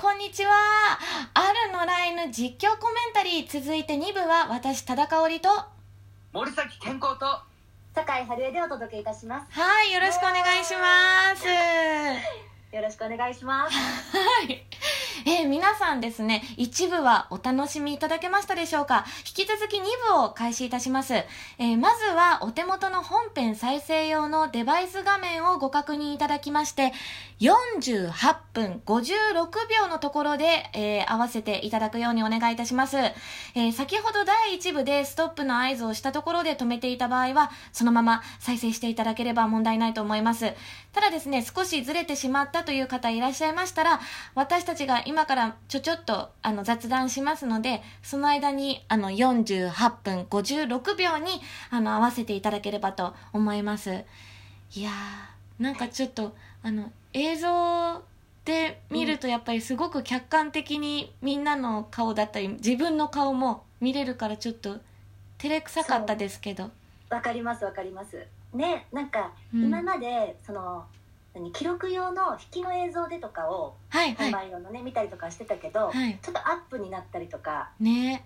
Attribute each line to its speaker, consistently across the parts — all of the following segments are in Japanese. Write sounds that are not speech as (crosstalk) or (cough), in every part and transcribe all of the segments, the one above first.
Speaker 1: こんにちはある野良犬実況コメンタリー続いて2部は私田中織とは
Speaker 2: 森崎健康と
Speaker 3: 坂井春江でお届けいたしま
Speaker 1: いよろしくお願いします
Speaker 3: す。よろしくお願いします。
Speaker 1: はい。 (laughs) えー皆さんですね、一部はお楽しみいただけましたでしょうか引き続き2部を開始いたします。えーまずはお手元の本編再生用のデバイス画面をご確認いただきまして、48分56秒のところで、えー合わせていただくようにお願いいたします。えー先ほど第1部でストップの合図をしたところで止めていた場合は、そのまま再生していただければ問題ないと思います。ただですね、少しずれてしまったという方いらっしゃいましたら、私たちが今からちょちょっとあの雑談しますので、その間にあの48分56秒にあの合わせていただければと思います。いやー、なんかちょっと、あの、映像で見るとやっぱりすごく客観的にみんなの顔だったり、自分の顔も見れるからちょっと照れくさかったですけど。
Speaker 3: わかりますわかります。ね、なんか
Speaker 1: うん
Speaker 3: 今までその何記録用の引きの映像でとかを
Speaker 1: はいは
Speaker 3: 販
Speaker 1: い。
Speaker 3: 売用のね見たりとかしてたけど、
Speaker 1: はい。
Speaker 3: ちょっとアップになったりとか
Speaker 1: ね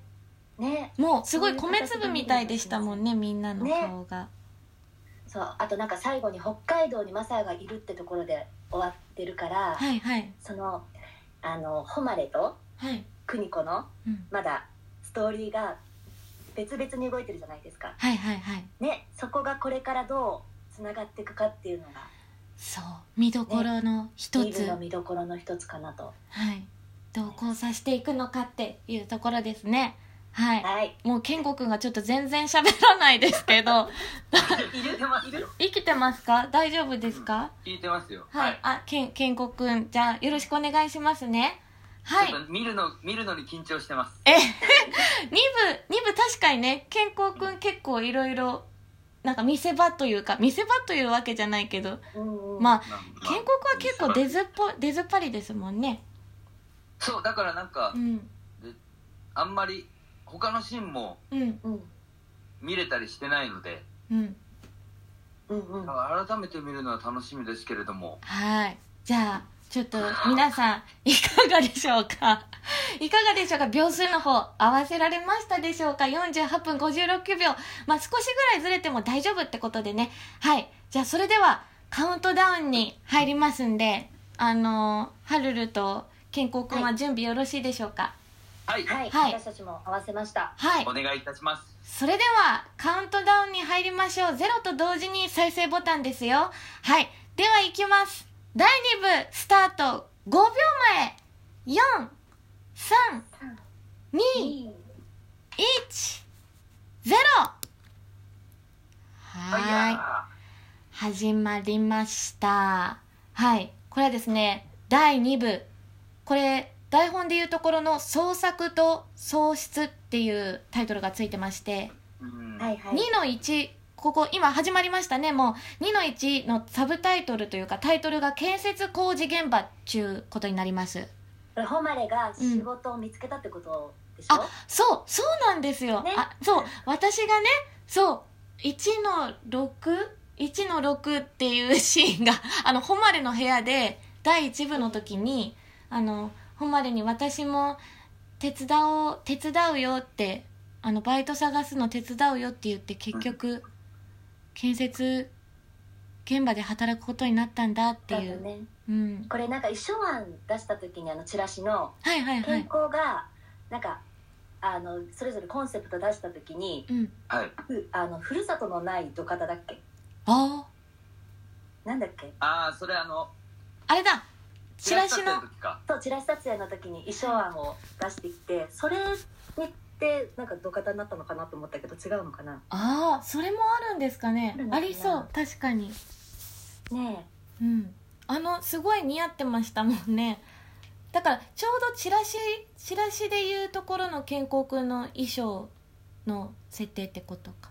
Speaker 3: ね、
Speaker 1: もうすごい米粒みたいでしたもんねみんなの顔が、
Speaker 3: そうあとなんか最後に北海道にマサがいるってところで終わってるから、
Speaker 1: はいはい
Speaker 3: そのあの誉れと
Speaker 1: はい、
Speaker 3: 邦子の
Speaker 1: うん、
Speaker 3: まだストーリーが別々に動いてるじゃないですか。
Speaker 1: はいはいはい
Speaker 3: ね、そこがこれからどうつながっていくかっていうのが。
Speaker 1: そう見どころの一
Speaker 3: リー
Speaker 1: つ、
Speaker 3: グの見どころの一つかなと。
Speaker 1: はいどう交差していくのかっていうところですねはい
Speaker 3: はい。
Speaker 1: もう健吾くんがちょっと全然喋らないですけ (laughs) ど
Speaker 3: いる
Speaker 2: 聞いてますよ
Speaker 1: 生きてますか大丈夫ですか、
Speaker 2: 聞いてますよ
Speaker 1: はい、あけん健吾くんじゃあよろしくお願いしますねはい
Speaker 2: ちょっと見るの見るのに緊張してます
Speaker 1: え二部二部確かにね健康くん結構いろいろなんか見せ場というか見せ場というわけじゃないけど
Speaker 3: うんうん、
Speaker 1: まあ
Speaker 2: まあまあ
Speaker 1: 健康くんは結構出ずっぽ出ずっぱりですもんね
Speaker 2: そうだからなんか
Speaker 1: うん
Speaker 2: あんまり他のシーンも
Speaker 1: うん
Speaker 3: うん、
Speaker 2: 見れたりしてないので
Speaker 1: うん
Speaker 3: うんうん、は
Speaker 2: 改めて見るのは楽しみですけれども
Speaker 1: はいじゃあちょっと皆さんいかがでしょうか (laughs) いかがでしょうか秒数の方合わせられましたでしょうか48分56秒まあ少しぐらいずれても大丈夫ってことでねはいじゃあそれではカウントダウンに入りますんであのーはるると健康くんは準備よろしいでしょうか
Speaker 2: はい、
Speaker 3: い、
Speaker 1: はい
Speaker 3: 私たちも合わせました。
Speaker 1: はい
Speaker 2: お願いいたします
Speaker 1: それではカウントダウンに入りましょうゼロと同時に再生ボタンですよはいでは行きます第2部スタート5秒前4321
Speaker 3: いい
Speaker 1: ゼロ
Speaker 2: は
Speaker 1: は
Speaker 2: い
Speaker 1: ーい
Speaker 2: や
Speaker 1: 始まりましたはいこれはですね第2部これ台本でいうところの「創作と創出」っていうタイトルがついてまして
Speaker 2: ーうん
Speaker 3: はいはい。
Speaker 1: 2の1ここ今始まりましたねもう2の1のサブタイトルというかタイトルが建設工事現場っちゅうことになります
Speaker 3: これホマレが仕事を見つけたってことでしょ？
Speaker 1: そうそうなんですよ、
Speaker 3: ね
Speaker 1: あそう私がねそう1の61の6っていうシーンが (laughs) あの誉れの部屋で第1部の時にあの誉れに私も手伝おう手伝うよってあのバイト探すの手伝うよって言って結局建設現場で働くことになったんだって
Speaker 3: 多
Speaker 1: い
Speaker 3: 分
Speaker 1: う、
Speaker 3: ね。
Speaker 1: うん
Speaker 3: これなんか一書案出した時にあのチラシの
Speaker 1: はいはいは
Speaker 3: 健
Speaker 1: い
Speaker 3: 康がなんかあのそれぞれコンセプト出した時に
Speaker 1: うん
Speaker 2: はい
Speaker 3: ふあのふるさとのない土方だっけ？
Speaker 1: ああ
Speaker 3: なんだっけ？
Speaker 2: ああそれあの
Speaker 1: あれだチラシ
Speaker 2: 撮影
Speaker 1: の
Speaker 2: 時か
Speaker 3: とチラシ撮影の時に衣装案を出してきて、それにってなんか土方になったのかなと思ったけど違うのかな？
Speaker 1: ああそれもあるんですかね
Speaker 3: あるのかな
Speaker 1: ありそう確かに
Speaker 3: ね
Speaker 1: うんあのすごい似合ってましたもんねだからちょうどチラシチラシでいうところの健康くんの衣装の設定ってことか
Speaker 3: え。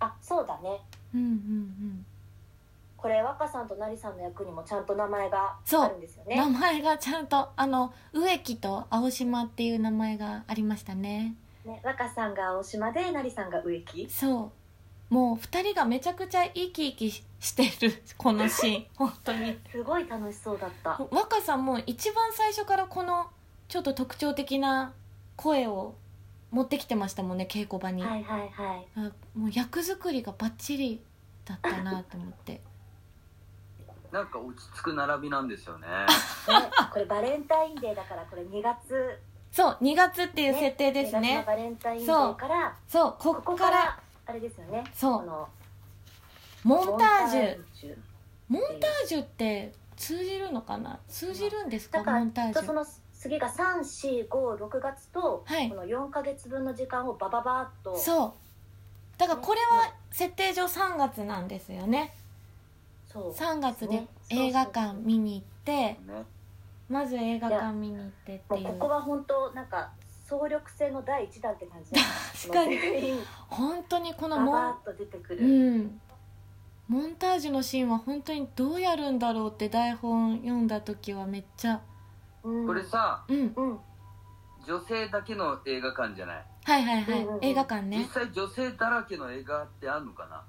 Speaker 3: あ、そうだね。
Speaker 1: うんうんうん
Speaker 3: これ若さんと成さんの役にもちゃんと名前が
Speaker 1: そう
Speaker 3: あるんですよね
Speaker 1: 名前がちゃんとあの植木と青島っていう名前がありましたね
Speaker 3: ね若さんが青島で成さんが植木
Speaker 1: そうもう2人がめちゃくちゃ生き生きししてるこのシーン (laughs) 本当に
Speaker 3: すごい楽しそうだった
Speaker 1: 若さんも一番最初からこのちょっと特徴的な声を持ってきてましたもんね稽古場に、
Speaker 3: はいは
Speaker 1: (laughs)
Speaker 3: いはい
Speaker 1: あもう役作りがバッチリだったなと思って (laughs)
Speaker 2: なんか落ち着く並びなんですよね。
Speaker 3: ね、これバレンタインデーだからこれ2月
Speaker 1: そう2月っていう設定ですね
Speaker 3: 2月のバレンタインデーから
Speaker 1: そうこ
Speaker 3: こ
Speaker 1: っ
Speaker 3: こ
Speaker 1: か
Speaker 3: かららあれですよね
Speaker 1: そう
Speaker 3: この
Speaker 1: モンタージュ
Speaker 3: ジュ
Speaker 1: モンタージュって通じるのかな通じるんですか
Speaker 3: だから
Speaker 1: モンタージ
Speaker 3: とそ
Speaker 1: ュ
Speaker 3: の次が3456月と、
Speaker 1: はい
Speaker 3: この4か月分の時間をバババーっと
Speaker 1: そうだからこれは設定上3月なんですよね
Speaker 3: そう
Speaker 1: 3月で
Speaker 3: ね
Speaker 1: 映画館見に行って
Speaker 2: ね。
Speaker 1: まず映画館見に行ってって
Speaker 3: も
Speaker 1: いうう
Speaker 3: ここは本当なんか総力戦の第一弾って感じ
Speaker 1: 確かに
Speaker 3: 全員
Speaker 1: 本当にこの
Speaker 3: バ
Speaker 1: モ
Speaker 3: バ
Speaker 1: ン
Speaker 3: ーっと出てく
Speaker 1: う
Speaker 3: る、
Speaker 1: んモンタージュのシーンは本当にどうやるんだろうって台本読んだ時はめっちゃ
Speaker 3: うん
Speaker 2: これさ、
Speaker 1: うん
Speaker 3: うん
Speaker 2: 女性だけの映画館じゃない。
Speaker 1: はいはいはい、
Speaker 3: うんうんうん
Speaker 1: 映画館
Speaker 2: 実
Speaker 1: ね
Speaker 2: 際女性だらけの映画ってあるのかな。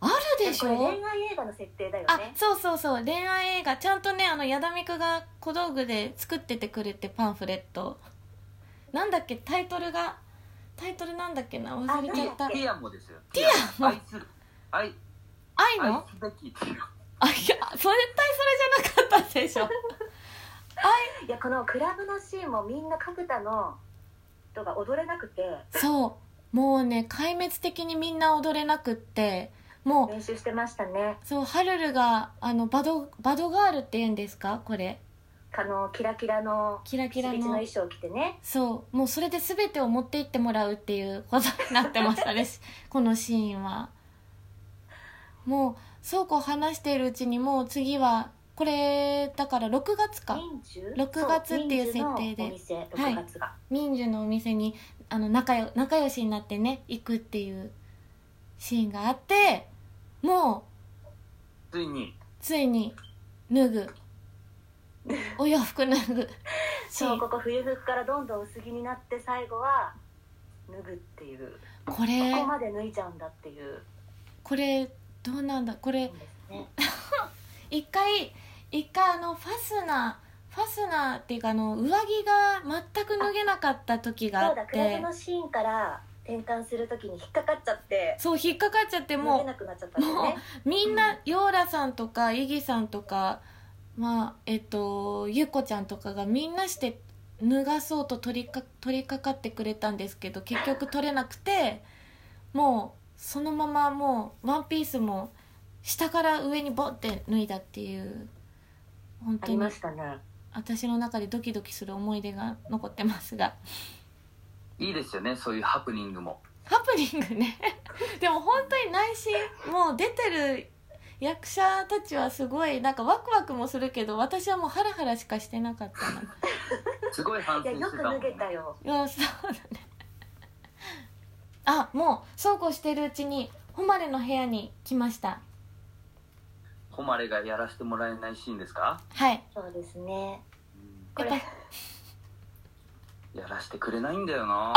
Speaker 1: あるでし
Speaker 3: こ
Speaker 1: ょ
Speaker 3: れ恋愛映画の設定だよ
Speaker 1: あ
Speaker 3: ね
Speaker 1: そうそうそう恋愛映画ちゃんとねあの矢田美久が小道具で作っててくれてパンフレットなんだっけタイトルがタイトルなんだっけな忘れちゃった
Speaker 2: ティアモですよ。
Speaker 1: ティアモ
Speaker 2: 愛する。愛、
Speaker 1: 愛
Speaker 2: 愛
Speaker 1: の
Speaker 2: すべきっていう。
Speaker 1: あいや絶対それじゃなかったでしょ
Speaker 3: いやこのクラブのシーンもみんな角田の人が踊れなくて
Speaker 1: そうもうね壊滅的にみんな踊れなくってもう
Speaker 3: 練習してましたね
Speaker 1: そうハルルがあのバドバドガールって言うんですかこれ
Speaker 3: あのキラキラの
Speaker 1: キラ
Speaker 3: ピ
Speaker 1: キ
Speaker 3: チ
Speaker 1: ラ
Speaker 3: ピチの
Speaker 1: の
Speaker 3: 衣装を着てね
Speaker 1: そうもうそれで全てを持っていってもらうっていうことになってましたね (laughs) このシーンはもうそうこう話しているうちにもう次はこれだから6月か
Speaker 3: 民主
Speaker 1: 6月っていう設定で
Speaker 3: そう民主のお店
Speaker 1: はい
Speaker 3: 6月が、
Speaker 1: 民樹のお店にあの仲よ仲良しになってね行くっていうシーンがあっても
Speaker 2: ついに。
Speaker 1: うついに脱
Speaker 3: (laughs)
Speaker 1: ぐお洋服脱ぐシー
Speaker 3: そう
Speaker 1: ン
Speaker 3: ここ冬服からどんどん薄着になって最後は脱ぐっていう
Speaker 1: こ
Speaker 3: こ
Speaker 1: れ
Speaker 3: こまで脱いじゃうんだっていう
Speaker 1: これどうなんだこれ
Speaker 3: んですね
Speaker 1: 一回一回あのファスナーファスナーっていうかあの上着が全く脱げなかった時があ
Speaker 3: そう
Speaker 1: っ
Speaker 3: だクラブ
Speaker 1: て
Speaker 3: のシーンから転換するときに引っかかっちゃって
Speaker 1: そう引っかかっちゃって
Speaker 3: 脱げ
Speaker 1: も
Speaker 3: なくなっちゃったんだよね
Speaker 1: うみんな、
Speaker 2: うん
Speaker 1: ヨーラさんとかイギさんとかまあえっとゆっこちゃんとかがみんなして脱がそうと取りか取りかかってくれたんですけど結局取れなくてもうそのままもうワンピースも下から上にボッて脱いだっていう本
Speaker 3: あ
Speaker 1: 当
Speaker 3: り
Speaker 1: に
Speaker 3: ましたね
Speaker 1: 私の中でドキドキする思い出が残ってますが
Speaker 2: いいですよね、そういうハプニング
Speaker 1: (laughs)
Speaker 2: も。
Speaker 1: ハプニングね (laughs) でも本当に内心もう出てる役者たちはすごいなんかワクワクもするけど私はもうハラハラしかしてなかったない
Speaker 2: すごい反
Speaker 3: い
Speaker 2: 省
Speaker 3: や
Speaker 2: して
Speaker 3: よく
Speaker 2: たも
Speaker 3: 脱
Speaker 2: ん、
Speaker 3: げ
Speaker 2: ね。
Speaker 3: たよ
Speaker 1: やそうだね (laughs) あもうそうこうしてるうちに誉れの部屋に来ました
Speaker 2: 誉れがやらせてもらえないシーンですか。
Speaker 1: はい
Speaker 3: そうですね
Speaker 1: や
Speaker 3: こ
Speaker 1: っ
Speaker 3: れ
Speaker 1: ぱ
Speaker 2: やらしてくれないんだよな。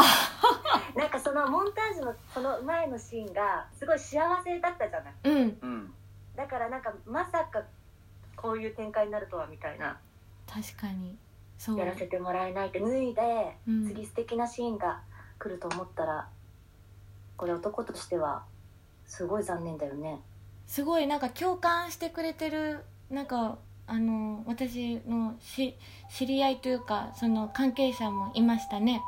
Speaker 3: なんかそのモンタージュのその前のシーンがすごい幸せだったじゃない
Speaker 1: うん
Speaker 2: うん。
Speaker 3: だからなんかまさかこういう展開になるとはみたいな
Speaker 1: 確かにそう
Speaker 3: やらせてもらえないって脱いで、
Speaker 1: うん
Speaker 3: 次素敵なシーンが来ると思ったらこれ男としてはすごい残念だよね
Speaker 1: すごいなんか共感してくれてるなんかあの私のし知り合いというかその関係者もいましたね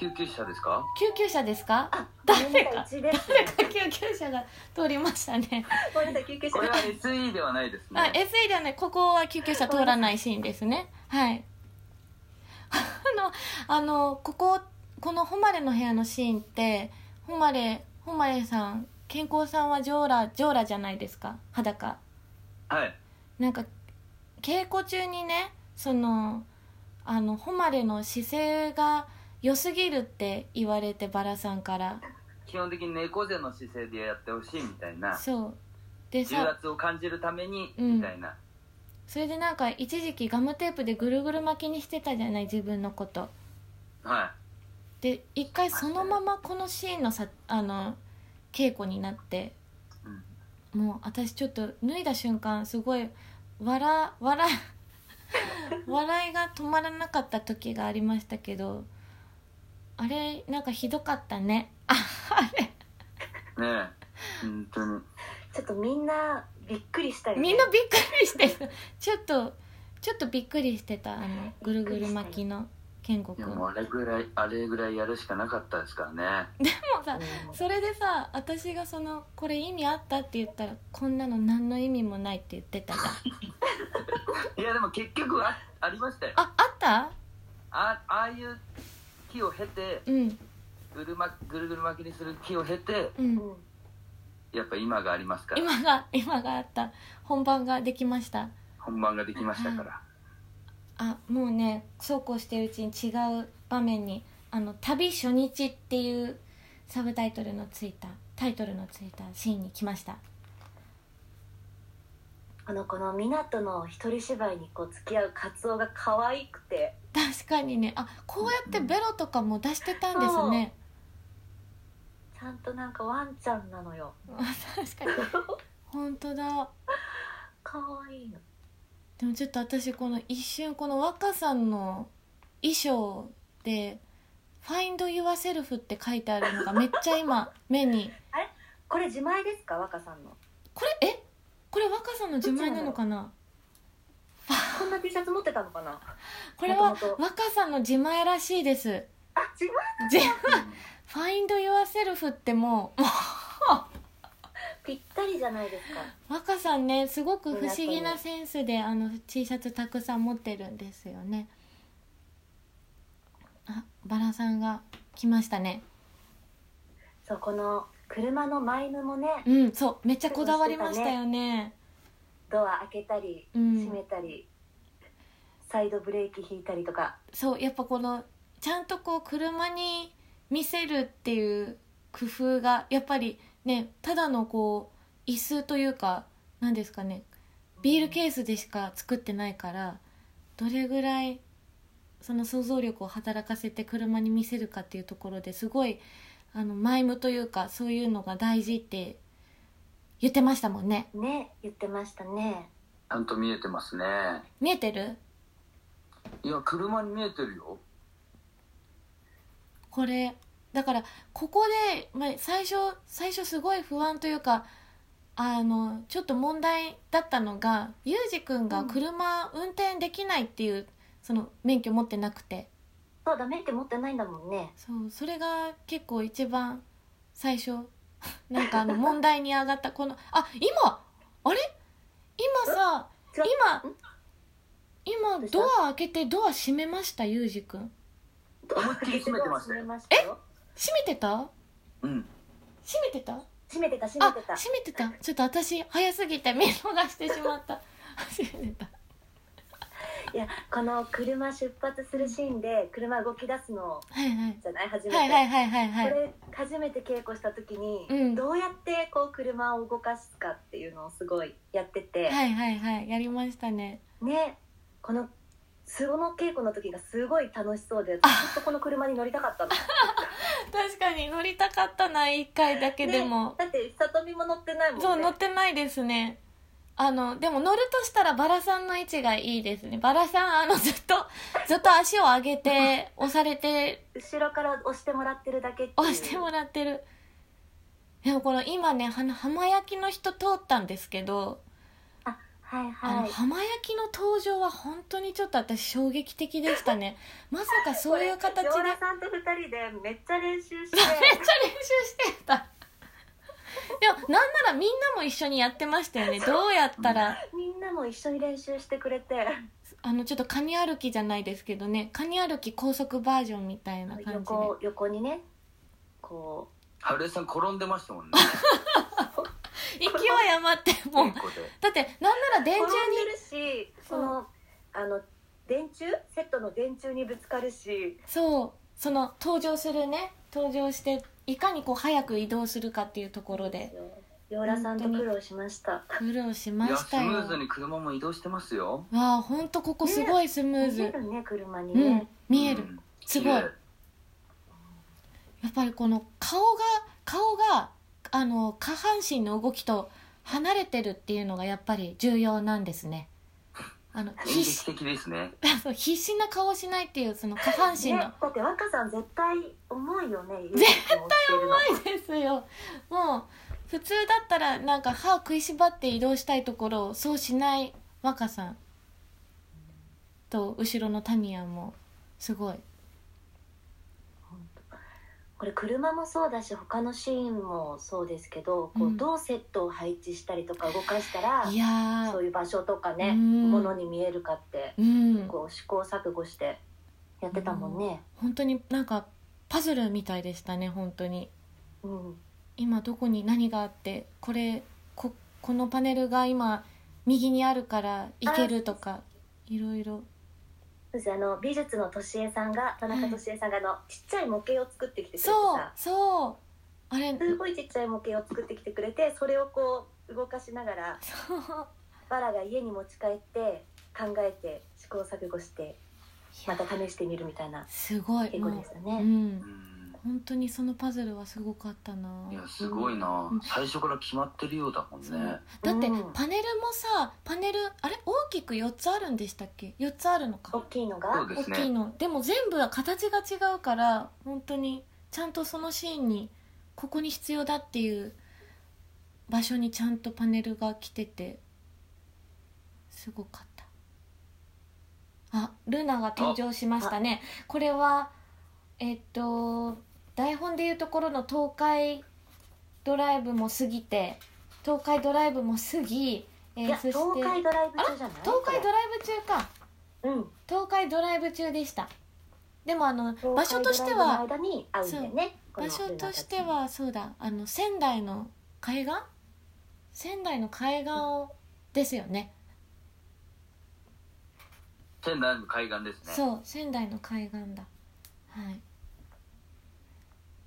Speaker 2: 救急車ですか。
Speaker 1: 救急車ですか
Speaker 3: あ
Speaker 1: 誰か
Speaker 3: 1です
Speaker 1: 誰か救急車が通りましたね
Speaker 3: ごめんなさい救急車
Speaker 2: これは SE ではないです
Speaker 1: あ
Speaker 2: ね。
Speaker 1: SE ではねここは救急車通らないシーンですねはいあのあのこここの誉れの部屋のシーンって誉れ誉れさん健康さんはジョーラジョーラじゃないですか裸
Speaker 2: はい。
Speaker 1: なんか稽古中にねそのあの誉れの姿勢が良すぎるって言われてバラさんから
Speaker 2: 基本的に猫背の姿勢でやってほしいみたいな。
Speaker 1: そうで
Speaker 2: 重
Speaker 1: さ
Speaker 2: 圧を感じるために、
Speaker 1: うん
Speaker 2: みたいな。
Speaker 1: それでなんか一時期ガムテープでぐるぐる巻きにしてたじゃない自分のこと
Speaker 2: は
Speaker 1: で一回そのままこのシーンのさあの稽古になって
Speaker 2: い。うん。
Speaker 1: もう私ちょっと脱いだ瞬間すごい笑笑 (laughs) 笑いが止まらなかった時がありましたけどあれなんかひどかったねああれ
Speaker 2: ね
Speaker 1: (laughs)
Speaker 2: え本当に
Speaker 3: ちょっとみんなびっくりしたよ、ね、
Speaker 1: みんなびっくりしてたちょっとちょっとびっくりしてたあのぐるぐる巻きの健吾
Speaker 2: で
Speaker 1: 君で
Speaker 2: も
Speaker 1: も
Speaker 2: あれぐらいあれぐらいやるしかなかったですからね
Speaker 1: さ
Speaker 3: うん
Speaker 1: それでさ私がその「これ意味あった?」って言ったら「こんなの何の意味もない」って言ってたじゃん
Speaker 2: いやでも結局あありましたよ
Speaker 1: (laughs) ああった
Speaker 2: あああいう木を経て
Speaker 1: うん
Speaker 2: ぐる,、ま、ぐるぐる巻きにする木を経て
Speaker 1: うん
Speaker 3: うん
Speaker 2: やっぱ今がありますから
Speaker 1: 今が今があった本番ができました
Speaker 2: 本番ができましたから
Speaker 1: あもうねそうこうしてるうちに違う場面に「あの旅初日」っていうサブタイトルのついたタイトルのついたシーンに来ました
Speaker 3: あのこの湊の一人芝居にこう付き合うカツオが可愛くて
Speaker 1: 確かにねあこうやってベロとかも出してたんですね
Speaker 3: ちゃんとなんかワンちゃんなのよ
Speaker 1: あ (laughs) 確かに本当だ
Speaker 3: 可愛いの
Speaker 1: でもちょっと私この一瞬この若さんの衣装で「Find Yourself」って書いてあるのがめっちゃ今目に
Speaker 3: これ自前ですか若さんの
Speaker 1: これえこれ若さんの自前なのかな
Speaker 3: こんな T シャツ持ってたのかな
Speaker 1: これは
Speaker 3: 元々
Speaker 1: 若さんの自前らしいです
Speaker 3: あ自前
Speaker 1: じ Find Yourself ってもうも
Speaker 3: ぴったりじゃないですか
Speaker 1: う若さんねすごく不思議なセンスであの T シャツたくさん持ってるんですよねあバラさんが来ましたね
Speaker 3: そうこの車のマイムもね
Speaker 1: うんそうめっちゃこだわりましたよね
Speaker 3: ドア開けたり
Speaker 1: うん
Speaker 3: 閉めたり、サイドブレーキ引いたりとか
Speaker 1: そうやっぱこのちゃんとこう車に見せるっていう工夫がやっぱりねただのこう椅子というか何ですかねビールケースでしか作ってないからどれぐらいその想像力を働かせて車に見せるかっていうところですごいあのマイムというかそういうのが大事って言ってましたもんね
Speaker 3: ね言ってましたね
Speaker 2: ちゃんと見えてますね
Speaker 1: 見えてる
Speaker 2: いや車に見えてるよ
Speaker 1: これだからここで、まあ、最初最初すごい不安というかあのちょっと問題だったのがユージ君が車運転できないっていう、その免許持ってなくて
Speaker 3: そうだ免許持ってないんだもんね
Speaker 1: そうそれが結構一番最初なん
Speaker 3: (laughs)
Speaker 1: かあの問題に上がったこのあ今あれ今さ
Speaker 3: 違う
Speaker 1: 今
Speaker 3: どう
Speaker 1: 今
Speaker 3: した
Speaker 1: ドア開けてドア閉めましたユージ君
Speaker 2: 思いっきり閉めてましたよ
Speaker 1: (laughs)
Speaker 3: 閉めましたよ
Speaker 1: 閉めてた
Speaker 2: うん
Speaker 1: 閉めてた
Speaker 3: 閉めてた閉
Speaker 1: あ
Speaker 3: めてた
Speaker 1: 閉めてたちょっと私早すぎて見逃してしまった (laughs) 閉めてた
Speaker 3: いやこの車出発するシーンで車動き出すの
Speaker 1: はいはい
Speaker 3: じゃない初めて、
Speaker 1: はいはいはいはいは
Speaker 3: こ
Speaker 1: い
Speaker 3: れ初めて稽古した時に、
Speaker 1: うん
Speaker 3: どうやってこう車を動かすかっていうのをすごいやってて、
Speaker 1: はいはいはいやりましたね
Speaker 3: ねこのその稽古の時がすごい楽しそうでずっとこの車に乗りたかったの
Speaker 1: 確かに乗りたかったな一回だけでも、
Speaker 3: だって里見も乗ってないもんね
Speaker 1: そう乗ってないですねあのでも乗るとしたらバラさんの位置がいいですねバラさんあのずっとずっと足を上げて押されて
Speaker 3: 後ろから押してもらってるだけっていう
Speaker 1: 押してもらってるでもこの今ねは浜焼きの人通ったんですけど
Speaker 3: はい
Speaker 1: あ
Speaker 3: は
Speaker 1: の
Speaker 3: い
Speaker 1: 浜焼きの登場は本当にちょっと私衝撃的でしたねまさかそういう形で
Speaker 3: こ
Speaker 1: めっち
Speaker 3: れ上
Speaker 1: ゃ
Speaker 3: 田さんと二人でめっちゃ練習して
Speaker 1: 練習してたでもなんならみんなも一緒にやってましたよねどうやったら
Speaker 3: みんなも一緒に練習してくれて
Speaker 1: あのちょっとカニ歩きじゃないですけどねカニ歩き高速バージョンみたいな感じで
Speaker 3: 横横にねこ
Speaker 2: 春江さん転んでましたもんね
Speaker 1: 勢い余ってもう
Speaker 2: (laughs) 結構で
Speaker 1: だってなんなら
Speaker 3: う
Speaker 1: 電柱
Speaker 3: 転ん
Speaker 1: に
Speaker 3: でるし
Speaker 1: そ
Speaker 3: そうのあの電柱セットの電柱にぶつかるし
Speaker 1: そうその登場するね登場していかにこう早く移動するかっていうところで
Speaker 3: ヨーラさんと苦労しました
Speaker 1: 苦労しま
Speaker 2: いや
Speaker 1: し
Speaker 2: ス
Speaker 1: たよ
Speaker 2: ムーズに車も移動してますよ
Speaker 1: わあほんとここすごいスムーズ、
Speaker 3: 見えるね車に
Speaker 1: うん
Speaker 3: ね、
Speaker 1: 見える、
Speaker 2: うん
Speaker 1: すごい
Speaker 2: 綺
Speaker 1: や
Speaker 2: 麗
Speaker 1: っぱりこの顔が顔があの下半身の動きと離れてるっていうのがやっぱり重要なんですねあ
Speaker 2: (laughs)
Speaker 1: の
Speaker 2: 演
Speaker 1: 必
Speaker 2: 劇
Speaker 1: 死 (laughs)
Speaker 2: 的ですね。
Speaker 1: そう必死な顔しないっていうその下半身の
Speaker 3: ね、だって若さん絶対重いよね絶対重
Speaker 1: 重いですよもう普通だったらなんか歯を食いしばって移動したいところをそうしない若さんと後ろのタミヤもすごい
Speaker 3: これ車もそうだし他のシーンもそうですけどこ
Speaker 1: う
Speaker 3: うんどうセットを配置したりとか動かしたら、
Speaker 1: いや
Speaker 3: そう
Speaker 1: ー
Speaker 3: いう場所とかね
Speaker 1: うん
Speaker 3: ものに見えるかって
Speaker 1: うん
Speaker 3: こう試行錯誤してやってたもんね。
Speaker 1: 本当になんかパズルみたいでしたね本当に
Speaker 3: うん
Speaker 1: 今どこに何があってこれここのパネルが今右にあるから行けるとかいろいろ
Speaker 3: そうですあの美術のとしえさんが田中としえさんがあのちっちゃい模型を作ってきてくれて
Speaker 1: そう
Speaker 3: さ
Speaker 1: そうあれ
Speaker 3: すごいちっちゃい模型を作ってきてくれてそれをこう動かしながら
Speaker 1: そう
Speaker 3: バラが家に持ち帰って考えて試行錯誤してまた試してみるみたいな
Speaker 1: すごい
Speaker 3: 稽古でした
Speaker 1: う
Speaker 3: ね。
Speaker 1: ん
Speaker 2: うん
Speaker 1: 本当にそのパズルはすごかったない
Speaker 2: やすごいな
Speaker 1: うん
Speaker 2: 最初から決まってるようだもん
Speaker 1: そう
Speaker 2: ね
Speaker 1: だって
Speaker 3: うん
Speaker 1: パネルもさパネルあれ大きく4つあるんでしたっけ4つあるの
Speaker 3: 大
Speaker 1: か
Speaker 3: きいの
Speaker 2: そ
Speaker 3: が
Speaker 2: うです
Speaker 1: 大きい
Speaker 2: ね
Speaker 1: のでも全部は形が違うから本当にちゃんとそのシーンにここに必要だっていう場所にちゃんとパネルが来ててすごかったあルナが登場しましたねこれはえっと台本でいうところの東海ドライブも過ぎて東海ドライブも過ぎ、えー
Speaker 3: いや
Speaker 1: そして
Speaker 3: 東海ドライブ中じゃない
Speaker 1: 東海ドライブ中か
Speaker 3: これうん
Speaker 1: 東海ドライブ中でしたでもあの場所としては
Speaker 3: 東海ドライブの間に会うんだよねこの
Speaker 1: 場所として
Speaker 3: ルナた
Speaker 1: はそうだあの仙台の海岸仙台の海岸をですよね
Speaker 2: 仙台の海岸ですね
Speaker 1: そう仙台の海岸だはい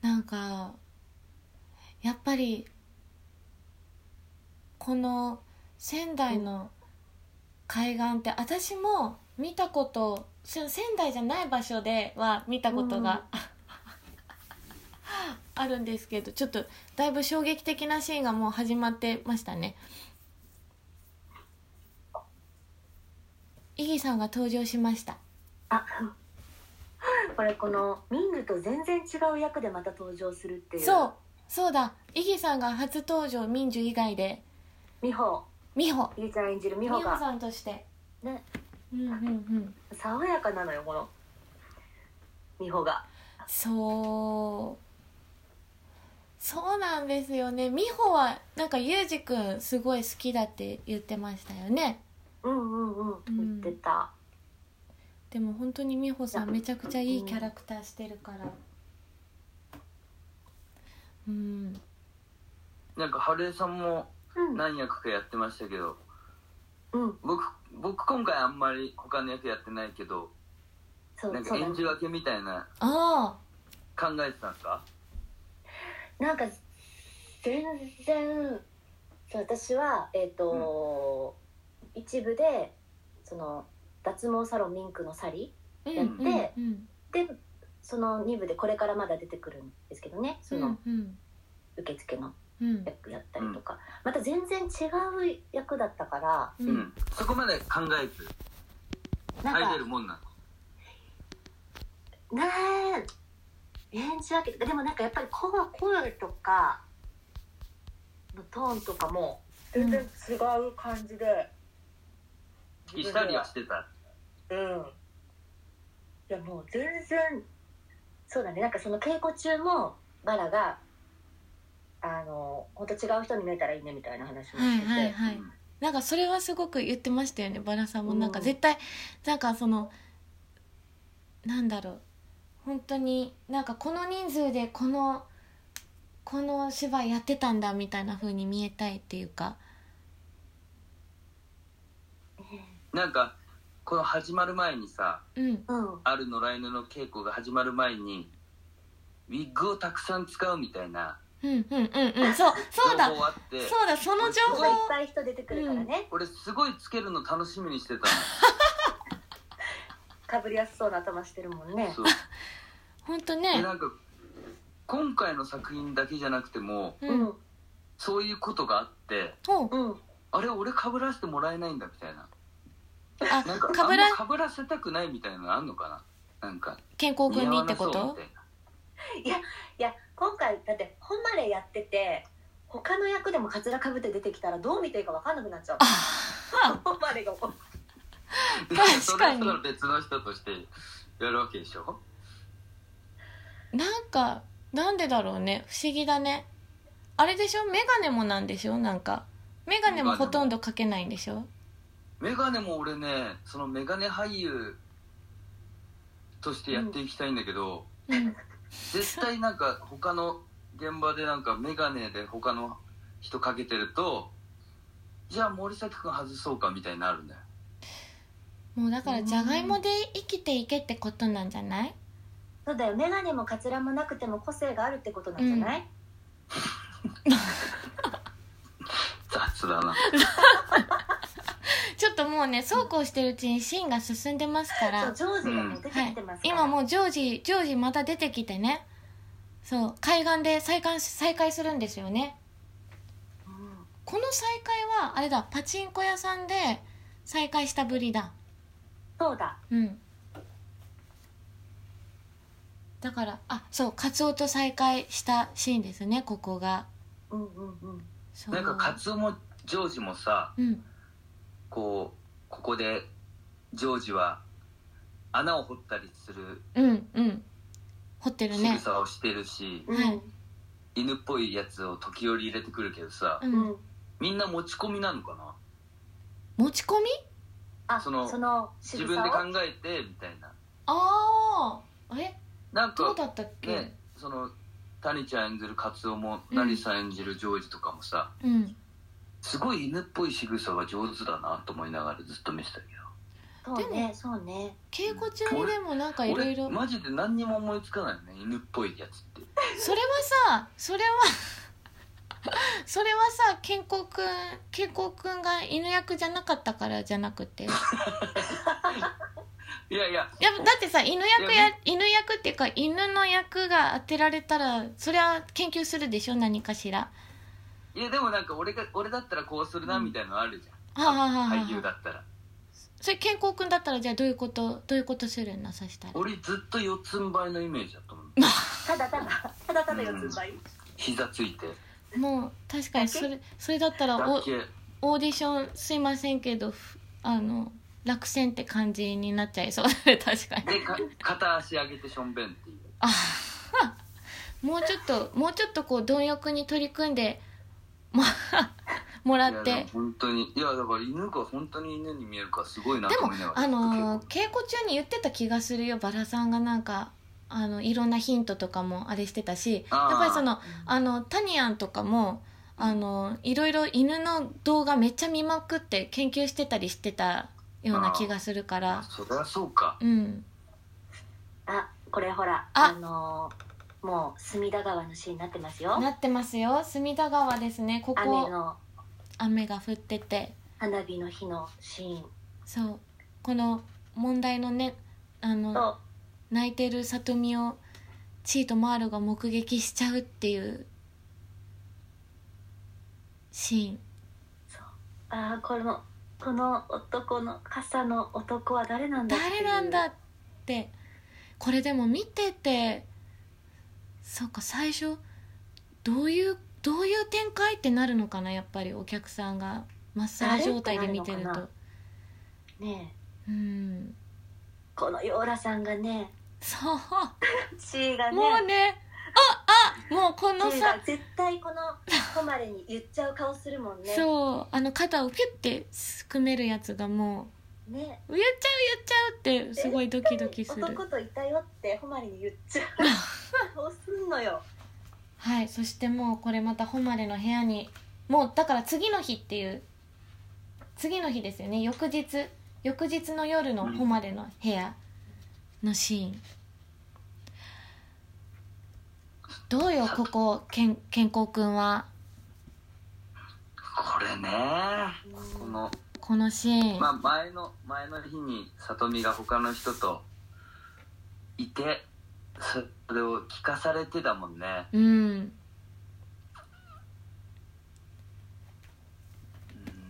Speaker 1: なんかやっぱりこの仙台の海岸って私も見たことせ仙台じゃない場所では見たことが、 (laughs) あるんですけどちょっとだいぶ衝撃的なシーンがもう始まってましたねイギさんが登場しました
Speaker 3: ちこれこのミングと全然違う役でまた登場するっていう
Speaker 1: そうそうだイギさんが初登場ミンジュ以外で
Speaker 3: 美穂
Speaker 1: 美穂
Speaker 3: ゆうちゃん演じる美
Speaker 1: 美
Speaker 3: 穂
Speaker 1: 穂
Speaker 3: が
Speaker 1: さんとして
Speaker 3: ね
Speaker 1: うんうんうん
Speaker 3: 爽やかなのよこの美穂が
Speaker 1: そうそうなんですよね美穂はなんかユージくんすごい好きだって言ってましたよね
Speaker 3: うんうんうん
Speaker 1: ん
Speaker 3: 言ってた
Speaker 1: でも本当に美穂さんめちゃくちゃいいキャラクターしてるからうん
Speaker 2: なんか春江さんも
Speaker 3: うん
Speaker 2: 何役かやってましたけど
Speaker 3: うん
Speaker 2: 僕僕今回あんまり他の役やってないけど
Speaker 3: そ
Speaker 2: なん
Speaker 3: う
Speaker 2: か
Speaker 3: そうだ
Speaker 2: 演
Speaker 3: ね
Speaker 2: じ分けみたいな
Speaker 1: あ
Speaker 2: 考えてたんですか
Speaker 3: なんか全然そう私はえっ、と、一部でその脱毛サロンミンクのサリ
Speaker 1: あうん
Speaker 3: やって
Speaker 1: うんうん
Speaker 3: でその2部でこれからまだ出てくるんですけどねその
Speaker 1: うん
Speaker 3: 受付の
Speaker 1: うんうん
Speaker 3: 役やったりとか、また全然違う役だったから
Speaker 1: う
Speaker 2: うんんそこまで考えず
Speaker 3: なん
Speaker 2: 書い
Speaker 3: か
Speaker 2: てるもんな
Speaker 3: ねえ演じ分けでもなんかやっぱり声声とかのトーンとかも全然違う感じで、
Speaker 2: のしたりはしてた
Speaker 3: うんいやもう全然そうだねなんかその稽古中もバラがあの本当違う人に見えたらいいねみたいな話も
Speaker 1: は
Speaker 3: し
Speaker 1: い
Speaker 3: てて、
Speaker 1: はいはい
Speaker 2: うん
Speaker 1: なんかそれはすごく言ってましたよねバラさんも
Speaker 3: うん
Speaker 1: なんか絶対なんかそのなんだろう本当になんかこの人数でこのこの芝居やってたんだみたいな風に見えたいっていうか
Speaker 2: なんかこの始まる前にさ
Speaker 1: うん
Speaker 3: うん
Speaker 2: ある野良犬の稽古が始まる前にウィッグをたくさん使うみたいな
Speaker 1: うんうんうんうんそうそうだ
Speaker 2: 情報あって
Speaker 1: そうだその情
Speaker 3: す
Speaker 1: 報
Speaker 3: ごいいっぱい人出てくるからね、
Speaker 2: 俺すごいつけるの楽しみにしてた
Speaker 3: かぶりやすそうな頭してるもんね
Speaker 2: のそうで
Speaker 1: 本当ね
Speaker 2: なんか今回の作品だけじゃなくても
Speaker 1: うん
Speaker 3: うん
Speaker 2: そういうことがあって
Speaker 1: ほう
Speaker 3: うん
Speaker 2: あれ俺かぶらせてもらえないんだみたいな
Speaker 1: あ
Speaker 2: なんか
Speaker 1: かぶら
Speaker 2: あんま被らせたくないみたいなのあんのかななんか
Speaker 1: 健康
Speaker 2: 似
Speaker 1: 組
Speaker 2: 合
Speaker 1: にっ
Speaker 2: わ
Speaker 1: て
Speaker 2: な
Speaker 1: こ
Speaker 2: そうみ
Speaker 1: と
Speaker 2: たいない
Speaker 3: や今回だって本までやってて他の役でもカツラかぶって出てきたらどう見ていいか分かんなくなっちゃう
Speaker 1: あ
Speaker 3: 本までがもう
Speaker 1: (laughs)
Speaker 2: で
Speaker 1: 確かに
Speaker 2: それはその別の人としてやるわけでしょ
Speaker 1: なんかなんでだろうね不思議だねあれでしょメガネもなんでしょなんかメガネもほとんどかけないんでしょ
Speaker 2: メガネも俺ねそのメガネ俳優としてやっていきたいんだけど、
Speaker 1: うん
Speaker 2: 絶対なんか他の現場でなんかメガネで他の人かけてるとじゃあ森崎君外そうかみたいになるんだよ
Speaker 1: もうだからじゃがいもで生きていけってことなんじゃない
Speaker 3: そうだよ眼鏡もカツラもなくても個性があるってことなんじゃない、
Speaker 2: 雑だな
Speaker 1: ちょっともうねそうこうしてるうちにシーンが進んでますから
Speaker 3: そうジョージがもう出てきてますから、
Speaker 1: 今もうジョージジョージまた出てきてねそう海岸で再会再会するんですよね
Speaker 3: うん
Speaker 1: この再会はあれだパチンコ屋さんで再会したぶりだ
Speaker 3: そうだ
Speaker 1: うんだからあそうカツオと再会したシーンですねここが
Speaker 3: うんうんうん
Speaker 1: そう
Speaker 2: なんかカツオもジョージもさ
Speaker 1: うん
Speaker 2: こうここでジョージは穴を掘ったりする
Speaker 1: うんうん掘ってる
Speaker 2: 仕
Speaker 1: ね
Speaker 2: 草をしてるし、
Speaker 1: はい
Speaker 2: 犬っぽいやつを時折入れてくるけどさ
Speaker 1: うん、
Speaker 3: うん
Speaker 2: みんな持ち込みなのかな
Speaker 1: 持ち込み
Speaker 3: あ
Speaker 2: そ
Speaker 3: そ
Speaker 2: の
Speaker 3: の仕
Speaker 2: 自
Speaker 3: 草を
Speaker 2: 分で考えてみたいな
Speaker 1: ああえ
Speaker 2: なん
Speaker 1: どう
Speaker 2: か
Speaker 1: だったっけ、
Speaker 2: ねその谷ちゃん演じるカツオも成さん演じるジョージとかもさ、
Speaker 1: うん
Speaker 2: すごい犬っぽい仕草が上手だなと思いながらずっと見てたけ
Speaker 3: そう
Speaker 1: でも
Speaker 3: ねそうね
Speaker 1: 稽古中にでもなんか
Speaker 2: ど
Speaker 1: いろい
Speaker 2: 俺
Speaker 1: ろ
Speaker 2: マジで何にも思いつかないよね犬っぽいやつって
Speaker 1: それはさそれは (laughs) それはさ健康くん健康くんが犬役じゃなかったからじゃなく (laughs) ていや
Speaker 2: いやいや
Speaker 1: だってさ犬役や犬役っていうか犬の役が当てられたらそりゃ研究するでしょ何かしら
Speaker 2: いやでもなんか俺が俺だったらこうするな
Speaker 1: うん
Speaker 2: みたいなのあるじ
Speaker 1: は
Speaker 2: ゃ
Speaker 1: あはあはあ
Speaker 2: ん、
Speaker 1: はあ
Speaker 2: 俳優だったら
Speaker 1: それ健康くんだったらじゃあどういうことどういうことするのそしたら
Speaker 2: 俺ずっと四つん這いのイメージだと思う
Speaker 3: ただただただただ四つん這い、
Speaker 2: 膝ついて
Speaker 1: もう確かにそれそれだったら
Speaker 2: だ
Speaker 1: お
Speaker 2: っけ
Speaker 1: オーディションすいませんけどふあの落選って感じになっちゃいそうだね (laughs) 確かに
Speaker 2: でか片足上げてしょんべんっていう
Speaker 1: あ (laughs) はもうちょっともうちょっとこう貪欲に取り組んでも (laughs) もらっ
Speaker 2: いやで
Speaker 1: て
Speaker 2: も本当にいやだから犬が本当に犬に見えるからすごいな
Speaker 1: で
Speaker 2: と
Speaker 1: も
Speaker 2: 思いながら
Speaker 1: あのー
Speaker 2: ずっと
Speaker 1: 稽古中に言ってた気がするよバラさんがなんかあのいろんなヒントとかもあれしてたし
Speaker 2: あー
Speaker 1: やっぱりそのあのタニアンとかもあのいろいろ犬の動画めっちゃ見まくって研究してたりしてたような気がするか
Speaker 2: 稽
Speaker 1: ら
Speaker 2: 古そりゃそうか
Speaker 1: うん
Speaker 3: あこれほら
Speaker 1: あ
Speaker 3: あのーもう隅田川のシーンになってますよ
Speaker 1: なってますよ隅田川ですねこ
Speaker 3: 雨
Speaker 1: こ
Speaker 3: の
Speaker 1: 雨が降ってて
Speaker 3: 花火の日のシーン
Speaker 1: そうこの問題のねあの
Speaker 3: と、
Speaker 1: 泣いてる里美をチートマールが目撃しちゃうっていうシーン
Speaker 3: ああこのこの男の傘の男は誰なんだってい
Speaker 1: 誰
Speaker 3: う
Speaker 1: なんだってこれでも見ててそうか最初どういうどういう展開ってなるのかなやっぱりお客さんがマッサージ状態で見てる
Speaker 3: 誰ってなる
Speaker 1: と
Speaker 3: のかね
Speaker 1: う
Speaker 3: え
Speaker 1: ん
Speaker 3: このヨーラさんがね
Speaker 1: そう
Speaker 3: 血がね
Speaker 1: もうねああもうこの
Speaker 3: 血
Speaker 1: さ
Speaker 3: が絶対このコマレに言っちゃう顔するもんね
Speaker 1: そうあの肩をピュッてすくめるやつがも
Speaker 3: ね
Speaker 1: う「言っちゃう言っちゃう」ってすごいドキドキする
Speaker 3: 男といたよってホマリに言っ
Speaker 1: (laughs)
Speaker 3: ちゃうそうすんのよ
Speaker 1: はいそしてもうこれまた誉の部屋にもうだから次の日っていう次の日ですよね翌日翌日の夜の誉の部屋のシーンどうよここけん健康くんは
Speaker 2: これねこの
Speaker 1: このシーン、
Speaker 2: まあ前の前の日に里美が他の人といてそれを聞かされてたもんね
Speaker 1: うん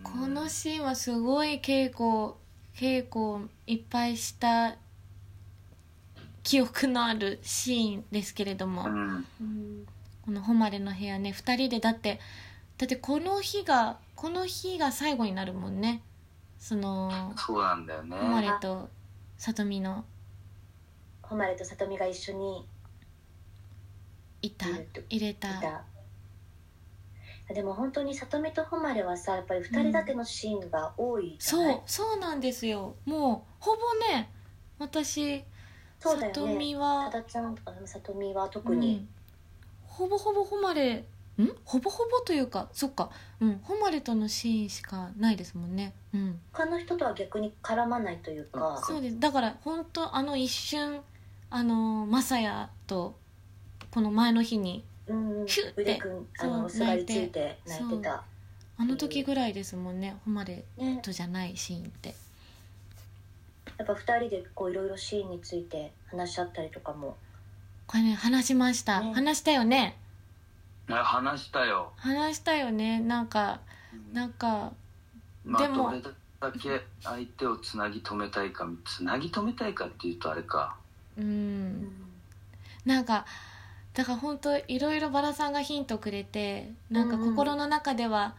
Speaker 1: このシーンはすごい稽古稽古いっぱいした記憶のあるシーンですけれども、
Speaker 2: うん
Speaker 3: うん
Speaker 1: この「誉れの部屋ね」2人でだってだってこの日がこの日が最後になるもんねその
Speaker 2: そうなんだよね
Speaker 1: 誉れと里美の
Speaker 3: 誉れと里美が一緒に
Speaker 1: いた
Speaker 3: いると
Speaker 1: 入れ
Speaker 3: い
Speaker 1: た
Speaker 3: たでも本当に里美と誉れはさやっぱり2人だけのシーンが多いじゃない、
Speaker 1: そうそうなんですよもうほぼね私
Speaker 3: そうだよね
Speaker 1: 里美は
Speaker 3: 多田ちゃんとか里美は特に、
Speaker 1: ほぼほぼ誉れんほぼほぼというかそっかうん誉れとのシーンしかないですもんねうん
Speaker 3: 他の人とは逆に絡まないというか、
Speaker 1: そうですだから本当あの一瞬あの雅也とこの前の日に
Speaker 3: うん、
Speaker 1: キュッて
Speaker 3: 腕くんあ
Speaker 1: そう
Speaker 3: のすがりついて泣いてた
Speaker 1: あの時ぐらいですもんね誉れ
Speaker 3: ね
Speaker 1: とじゃないシーンって
Speaker 3: やっぱ2人でこういろいろシーンについて話し合ったりとかも
Speaker 1: これね話しました、
Speaker 3: ね
Speaker 1: 話したよね
Speaker 2: あ話したよ、
Speaker 1: 話したよねなんかなんか
Speaker 2: まあ、
Speaker 1: でも
Speaker 2: どれだけ相手をつなぎ止めたいかつなぎ止めたいかっていうとあれか
Speaker 1: うんなんかだから本当いろいろバラさんがヒントくれてなんか
Speaker 3: うんうん
Speaker 1: 心の中では、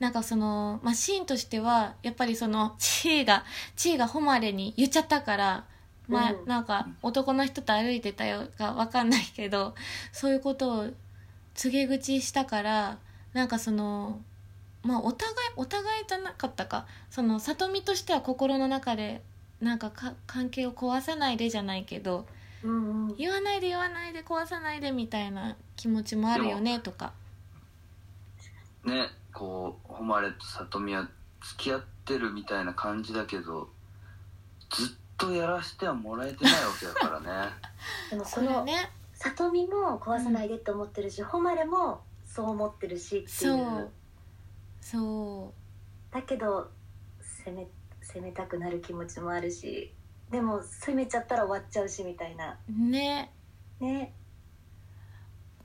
Speaker 1: なんかその、まあ、シーンとしてはやっぱりその地位が地位が誉れに言っちゃったから、まあ
Speaker 3: うん
Speaker 1: なんか男の人と歩いてたよかわかんないけどそういうことを告げ口したからなんかその。まあ、お互いお互いじゃなかったかその里見としては心の中でなんかか関係を壊さないでじゃないけど
Speaker 3: うんうん
Speaker 1: 言わないで言わないで壊さないでみたいな気持ちもあるよねとか
Speaker 2: ねこう誉れと里美は付き合ってるみたいな感じだけどずっとやらせてはもらえてないわけだから
Speaker 1: (laughs)
Speaker 2: ね
Speaker 3: でも
Speaker 1: そ
Speaker 3: こ
Speaker 1: れ
Speaker 3: の
Speaker 1: ね
Speaker 3: 里美も壊さないでって思ってるし、誉れもそう思ってるしってい
Speaker 1: そううそう
Speaker 3: だけど攻め攻めたくなる気持ちもあるしでも攻めちゃったら終わっちゃうしみたいな
Speaker 1: ね
Speaker 3: ね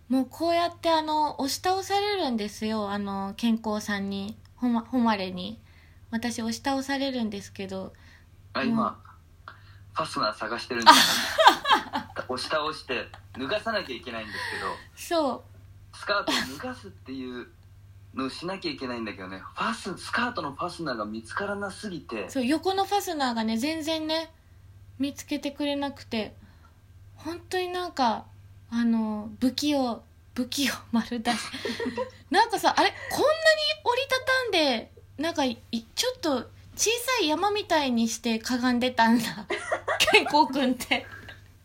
Speaker 1: もうこうやってあの押し倒されるんですよあの健康さんにほま誉れに私押し倒されるんですけど
Speaker 2: あ
Speaker 1: うん
Speaker 2: 今、ファスナー探してる
Speaker 1: (laughs)
Speaker 2: んじゃない押し倒して脱がさなきゃいけないんですけど
Speaker 1: そう
Speaker 2: スカートを脱がすっていうのをしなきゃいけないんだけどねファススカートのファスナーが見つからなすぎて
Speaker 1: そう横のファスナーがね全然ね見つけてくれなくて本当になんかあの不器用不器用 (laughs) 丸出しなんかさあれこんなに折りたたんでなんかいちょっと小さい山みたいにしてかがんでたんだ (laughs) 健康くんって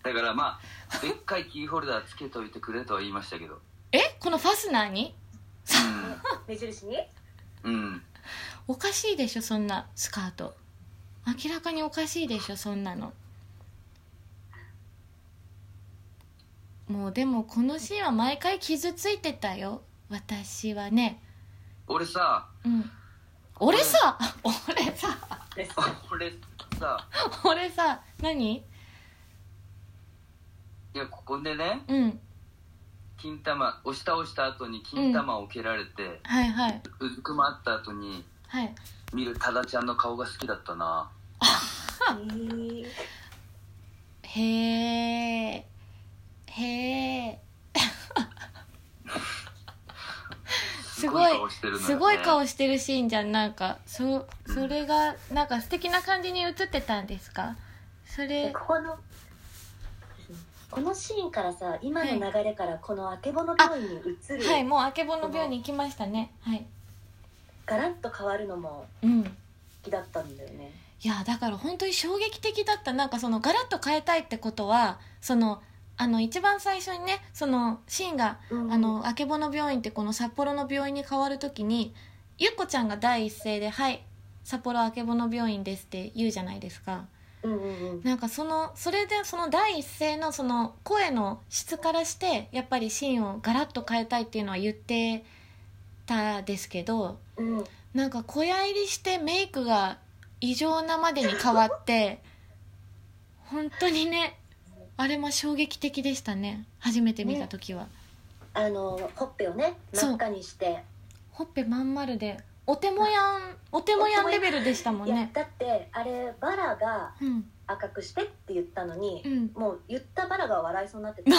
Speaker 2: だからまあでっかいキーホルダーつけといてくれとは言いましたけど
Speaker 1: えこのファスナーに
Speaker 3: 目印に
Speaker 2: うん、うん、
Speaker 1: おかしいでしょそんなスカート明らかにおかしいでしょそんなのもうでもこのシーンは毎回傷ついてたよ私はね
Speaker 2: 俺さ
Speaker 1: うん俺さ俺さ
Speaker 3: です
Speaker 2: 俺さ
Speaker 1: 俺さ何
Speaker 2: いやここでね
Speaker 1: うん
Speaker 2: 金玉押し倒した後に金玉を蹴られて、
Speaker 1: はいはいう
Speaker 2: ずくまった後に
Speaker 1: はい
Speaker 2: 見る多田ちゃんの顔が好きだったな
Speaker 3: ね
Speaker 1: へえへえすごい
Speaker 2: 顔してるのよ、ね、
Speaker 1: すごい顔してるシーンじゃんなんかそそれがなんか素敵な感じに映ってたんですかそ
Speaker 3: で
Speaker 1: れ
Speaker 3: ここのこのシーンからさ今の流れからこのあけぼの病院に移る、
Speaker 1: はいもうあけぼの病に行きましたねはい
Speaker 3: ガラッと変わるのも
Speaker 1: うん
Speaker 3: 好きだったんだよね
Speaker 1: いやだから本当に衝撃的だったなんかそのガラッと変えたいってことはそのあの一番最初にねそのシーンがあのあけぼの病院ってこの札幌の病院に変わるときにゆっこちゃんが第一声で「はい札幌あけぼの病院です」って言うじゃないですか
Speaker 3: うんうんうん
Speaker 1: なんかそのそれでその第一声のその声の質からしてやっぱりシーンをガラッと変えたいっていうのは言ってたですけど
Speaker 3: うん
Speaker 1: なんか小屋入りしてメイクが異常なまでに変わって本当にねあれも衝撃的でしたね初めて見た時は、
Speaker 3: あのほっぺをね
Speaker 1: そう
Speaker 3: 真っ赤にして
Speaker 1: ほっぺまん丸でお手もやん (laughs) お手もやんレベルでしたもん
Speaker 3: いや
Speaker 1: ね
Speaker 3: だってあれバラが
Speaker 1: うん
Speaker 3: 赤くしてって言ったのに
Speaker 1: う、ん
Speaker 3: もう言ったバラが笑いそうになってた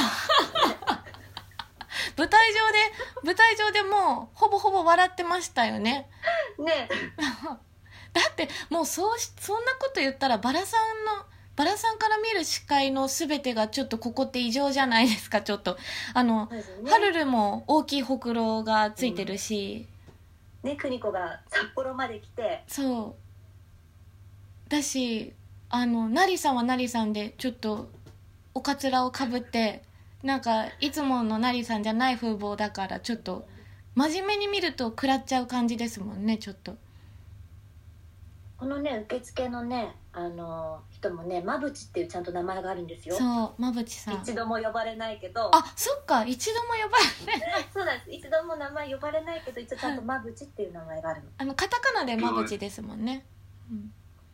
Speaker 1: 舞台上で舞台上でもうほぼほぼ笑ってましたよね
Speaker 3: ね
Speaker 1: だってもうそうしそんなこと言ったらバラさんのバラさんから見る視界の全てがちょっとここって異常じゃないですかちょっとあの
Speaker 3: そうですよね
Speaker 1: ハルルも大きいほくろがついてるし、
Speaker 3: ね邦子が札幌まで来て
Speaker 1: そうだしあのナリさんはナリさんでちょっとおかつらをかぶってなんかいつものナリさんじゃない風貌だからちょっと真面目に見ると食らっちゃう感じですもんねちょっと
Speaker 3: このね受付のねあの人もねまぶちっていうちゃんと名前があるんですよ
Speaker 1: そう馬淵さん
Speaker 3: 一度も呼ばれないけど
Speaker 1: あそっか一度も呼ばれ
Speaker 3: そうなんです一度も名前呼ばれないけど一応ちゃんとまぶちっていう名前があるの
Speaker 1: あのカタカナで馬淵ですもんね、うん、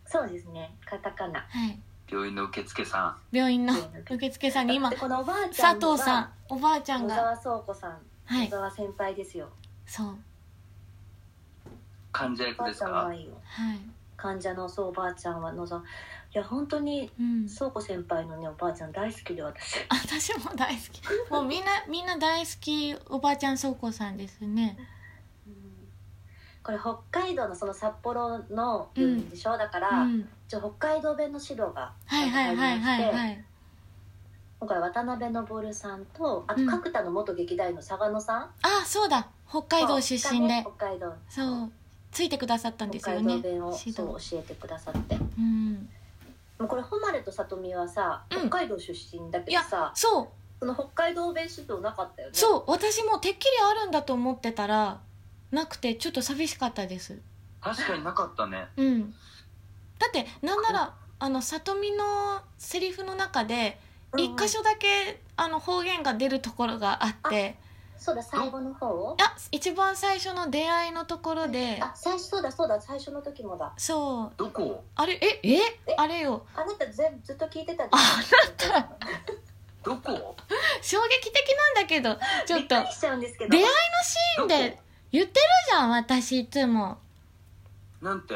Speaker 3: そうですねカタカナ
Speaker 1: はい
Speaker 2: 病院の受付さん
Speaker 1: 病院の
Speaker 3: 病院の受
Speaker 1: 受付さんに今
Speaker 3: だってこのおばあちゃ
Speaker 1: 佐
Speaker 3: ん
Speaker 1: 藤さんおばあちゃん
Speaker 3: 小
Speaker 1: が
Speaker 3: 沢倉庫さん、
Speaker 1: はい
Speaker 3: 小沢先輩ですよ
Speaker 1: そう
Speaker 2: 患者
Speaker 3: お
Speaker 2: 役
Speaker 3: ばあ
Speaker 2: で
Speaker 3: ち
Speaker 2: す
Speaker 3: ゃん
Speaker 2: か
Speaker 3: はいいよ
Speaker 1: はい
Speaker 3: 患者のそうおばあちゃんは野沢いや本当に
Speaker 1: うん
Speaker 3: 倉庫先輩のねおばあちゃん大好きで私
Speaker 1: (laughs) 私も大好きもうみんなみんな大好きおばあちゃん倉庫さんですね
Speaker 3: これ北海道のその札幌の病院でしょ、だか
Speaker 1: う
Speaker 3: ら、
Speaker 1: ん
Speaker 3: 一応北海道弁の指導が
Speaker 1: はいはいはいはいは
Speaker 3: 入りまして
Speaker 1: い
Speaker 3: 今回渡辺昇さんとあ
Speaker 1: う
Speaker 3: と
Speaker 1: ん
Speaker 3: 角田の元劇団員の佐賀野さん、
Speaker 1: あそうだ北海道出身で
Speaker 3: そう北海道
Speaker 1: そうついてくださったんです
Speaker 3: 北
Speaker 1: よ
Speaker 3: 海道
Speaker 1: ね
Speaker 3: 弁を
Speaker 1: 指
Speaker 3: そう
Speaker 1: 導
Speaker 3: 教えてくださって
Speaker 1: うん
Speaker 3: もうこれ誉と里美はさ
Speaker 1: うん
Speaker 3: 北海道出身だけどさ、
Speaker 1: そう
Speaker 3: その北海道弁指導なかったよね
Speaker 1: そう私もてっきりあるんだと思ってたらなくてちょっと寂しかったです
Speaker 2: 確かになかったね
Speaker 1: うんだってなんならあの里見のセリフの中で
Speaker 3: うん
Speaker 1: 一箇所だけあの方言が出るところがあって
Speaker 3: そうだ最後の方
Speaker 1: あ一番最初の出会いのところで
Speaker 3: あ最初そうだそうだ最初の時もだ
Speaker 1: そう
Speaker 2: どこ
Speaker 1: あれええあれよ
Speaker 3: あなた全ずっと聞いてたあ
Speaker 1: あな
Speaker 2: どこ
Speaker 1: 衝撃的なんだけどちょっと
Speaker 3: びっくりしちゃうんですけど
Speaker 1: 出会い
Speaker 2: どこ
Speaker 1: で言ってるじゃん私いつも
Speaker 2: なんて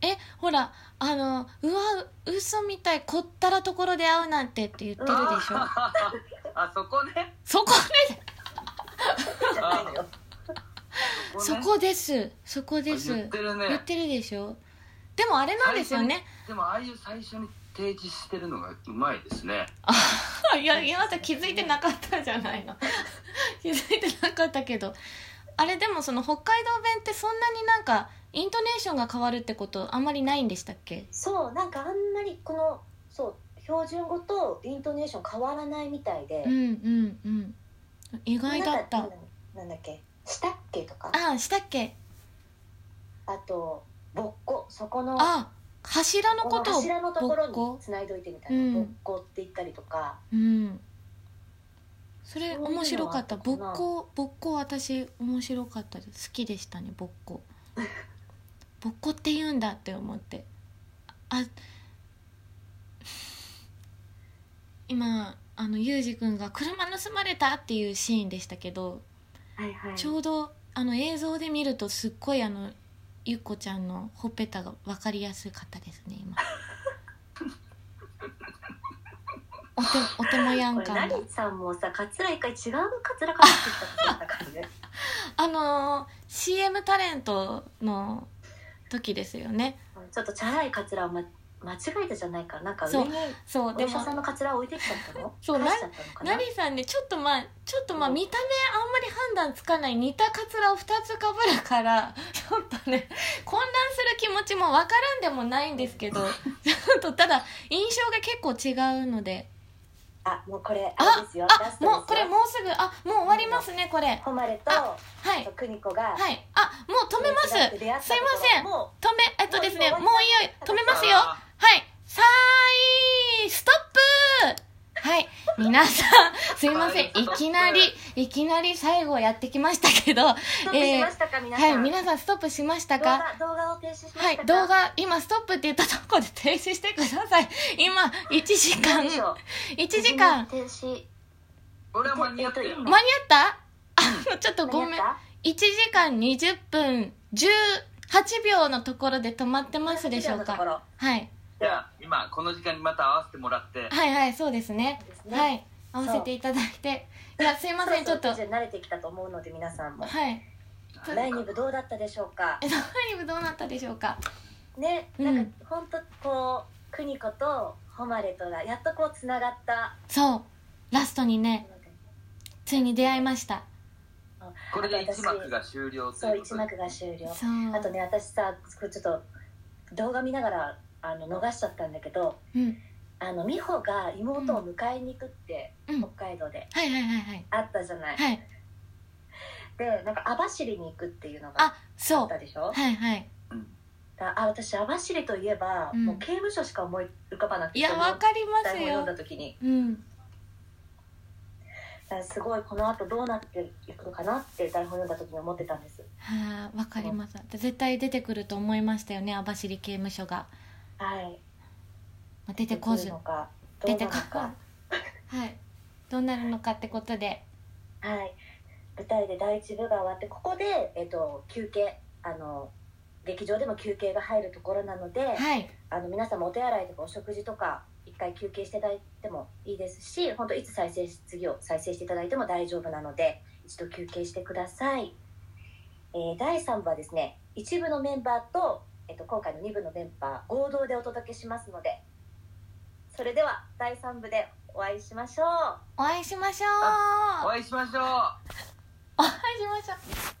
Speaker 1: えほらあのうわ嘘みたいこったらところで会うなんてって言ってるでしょ
Speaker 2: あー (laughs) あそこね
Speaker 1: そこ
Speaker 3: じゃないのよ
Speaker 2: こね
Speaker 1: そこですそこで
Speaker 2: あ
Speaker 1: す
Speaker 2: 言って
Speaker 1: 言
Speaker 2: る
Speaker 1: っ
Speaker 2: ね
Speaker 1: てるでしょでもあれなんですよね
Speaker 2: でもああいう最初に提示してるのがうまいですね
Speaker 1: (laughs) いや今さ気づいてなかったじゃないの (laughs) 気づいてなかったけどあれでもその北海道弁ってそんなになんかイントネーションが変わるってことあんまりないんでしたっけ
Speaker 3: そうなんかあんまりこのそう標準語とイントネーション変わらないみたいで、
Speaker 1: うんうんうん意外だっ
Speaker 3: な
Speaker 1: た
Speaker 3: んかなんだっけしたっけとか
Speaker 1: あしたっけ
Speaker 3: あとぼっこそこの
Speaker 1: あ柱の
Speaker 3: この
Speaker 1: ことを
Speaker 3: 柱のとこ
Speaker 1: ぼ
Speaker 3: ろ
Speaker 1: っこ
Speaker 3: につないどいてみたいな、
Speaker 1: うん
Speaker 3: ぼっこって言ったりとか
Speaker 1: うんそれ
Speaker 3: そういうのは
Speaker 1: 面白かった
Speaker 3: あった
Speaker 1: ぼ
Speaker 3: か
Speaker 1: っ
Speaker 3: な
Speaker 1: こぼっこ私面白かったです好きでしたねぼっこ (laughs) ぼっこって言うんだって思ってあ今あのゆうじくんが「車盗まれた!」っていうシーンでしたけど、
Speaker 3: はいはい
Speaker 1: ちょうどあの映像で見るとすっごいあのゆっこちゃんのほっぺたが分かりやすかったですね今お手お手もやん
Speaker 3: これ
Speaker 1: 感が
Speaker 3: 何さんもさカツラ一回違うカツラかぶってきたって言ったから
Speaker 1: (laughs)
Speaker 3: ね
Speaker 1: あのー、CM タレントの時ですよね
Speaker 3: ちょっとチャラいカツラを、ま、間違えたじゃないかなんか上に
Speaker 1: そう
Speaker 3: お
Speaker 1: で
Speaker 3: 医
Speaker 1: も
Speaker 3: 者さんのカツラを置いてきちゃったの
Speaker 1: そう
Speaker 3: 返しちゃったのかな
Speaker 1: ナリさんねちょっとまあちょっとまあ見た目あんまり判断つかない似たカツラを2つかぶるから (laughs) ちょっとね混乱する気持ちもわからんでもないんですけ (laughs) どちょっとただ印象が結構違うので
Speaker 3: あもうこれ
Speaker 1: あ
Speaker 3: あれですよラ
Speaker 1: あ
Speaker 3: ストですよ
Speaker 1: もうこれもうすぐあもう終わりますねこれ
Speaker 3: 誉と
Speaker 1: あはい
Speaker 3: と邦子が
Speaker 1: はいあもう止めます
Speaker 3: す
Speaker 1: 止め
Speaker 3: いま
Speaker 1: すいません
Speaker 3: も
Speaker 1: えっとですねもういよい止めますよ
Speaker 2: あ
Speaker 1: はい。さーい、ストップはい。皆さん、すいま
Speaker 3: (laughs)
Speaker 1: せん。いきなり、いきなり最後やってきましたけど、は
Speaker 3: うストップしましたか、皆さん、
Speaker 1: い。皆さん、ストップしました
Speaker 3: 動
Speaker 1: か
Speaker 3: 画動画を停止しま
Speaker 1: は
Speaker 3: し
Speaker 1: い
Speaker 3: た。か、
Speaker 1: 動画、今、ストップって言ったところで停止してください。今、1時間、
Speaker 3: 何でしょう
Speaker 1: 1時間。
Speaker 3: 停止
Speaker 2: 俺は間に合ったよ
Speaker 3: えっと
Speaker 1: 間に合ったあ、ちょっとごめん。
Speaker 3: 間に合っ
Speaker 1: 1時間20分10 8秒のところで止まってますでしょう
Speaker 3: だ
Speaker 1: か
Speaker 3: ら
Speaker 1: はい
Speaker 2: じゃあ今この時間にまた合わせてもらって
Speaker 1: はいはいそうですね
Speaker 3: ですね
Speaker 1: はい合わせていただいていやすいませんち
Speaker 3: そ
Speaker 1: ょ
Speaker 3: ろ
Speaker 1: っと
Speaker 3: そろ
Speaker 1: はい
Speaker 3: 慣れてきたと思うので皆さんも
Speaker 1: そう
Speaker 3: 第2部どうだったでしょうか
Speaker 1: え第2部どうなったでしょうか
Speaker 3: ね
Speaker 1: う
Speaker 3: なんんか本当こう邦子と誉れとがやっとこうつながった
Speaker 1: そうラストにねついに出会いました
Speaker 2: これで1幕が終了と
Speaker 3: そう
Speaker 2: いうこ
Speaker 3: 一
Speaker 2: とで
Speaker 3: 幕が終了
Speaker 1: そう
Speaker 3: あとね私さこれちょっと動画見ながらあの逃しちゃったんだけど
Speaker 1: うん
Speaker 3: あの美穂が妹を迎えに行くって、
Speaker 1: うん
Speaker 3: 北海道で
Speaker 1: はいはいはいはい
Speaker 3: あったじゃない、
Speaker 1: はい
Speaker 3: でなんか網走に行くっていうのが
Speaker 1: あ
Speaker 3: あ
Speaker 1: そ
Speaker 3: っ
Speaker 1: う
Speaker 3: たでしょ
Speaker 1: はいはい
Speaker 2: うん
Speaker 3: だあ私網走といえば、
Speaker 1: うん
Speaker 3: もう刑務所しか思い浮かばなくて
Speaker 1: いやわかりま
Speaker 3: 台
Speaker 1: す
Speaker 3: 本読ん
Speaker 1: よ
Speaker 3: だ時に
Speaker 1: うん
Speaker 3: だからすごいこの後どうなっていくのかなって台本読んだ時に思ってたんです
Speaker 1: はあわかります絶対出てくると思いましたよね網走刑務所が
Speaker 3: はい
Speaker 1: まあ出て
Speaker 3: ど
Speaker 1: こ
Speaker 3: うな
Speaker 1: ず
Speaker 3: るのかどう
Speaker 1: 出
Speaker 3: な
Speaker 1: てこ
Speaker 3: るの
Speaker 1: ず
Speaker 3: か
Speaker 1: はいどうなるのかってことで
Speaker 3: はい舞台で第一部が終わってここで、えっと休憩あの劇場でも休憩が入るところなので、
Speaker 1: はい
Speaker 3: あの皆さんもお手洗いとかお食事とか一回休憩していただいてもいいですし本当いつ再生し次を再生していただいても大丈夫なので一度休憩してください、えー第3部はですね一部のメンバーと、えっと今回の2部のメンバー合同でお届けしますのでそれでは第3部でお会いしましょう
Speaker 1: お会いしましょう
Speaker 2: お会いしましょう
Speaker 1: お会いしましょう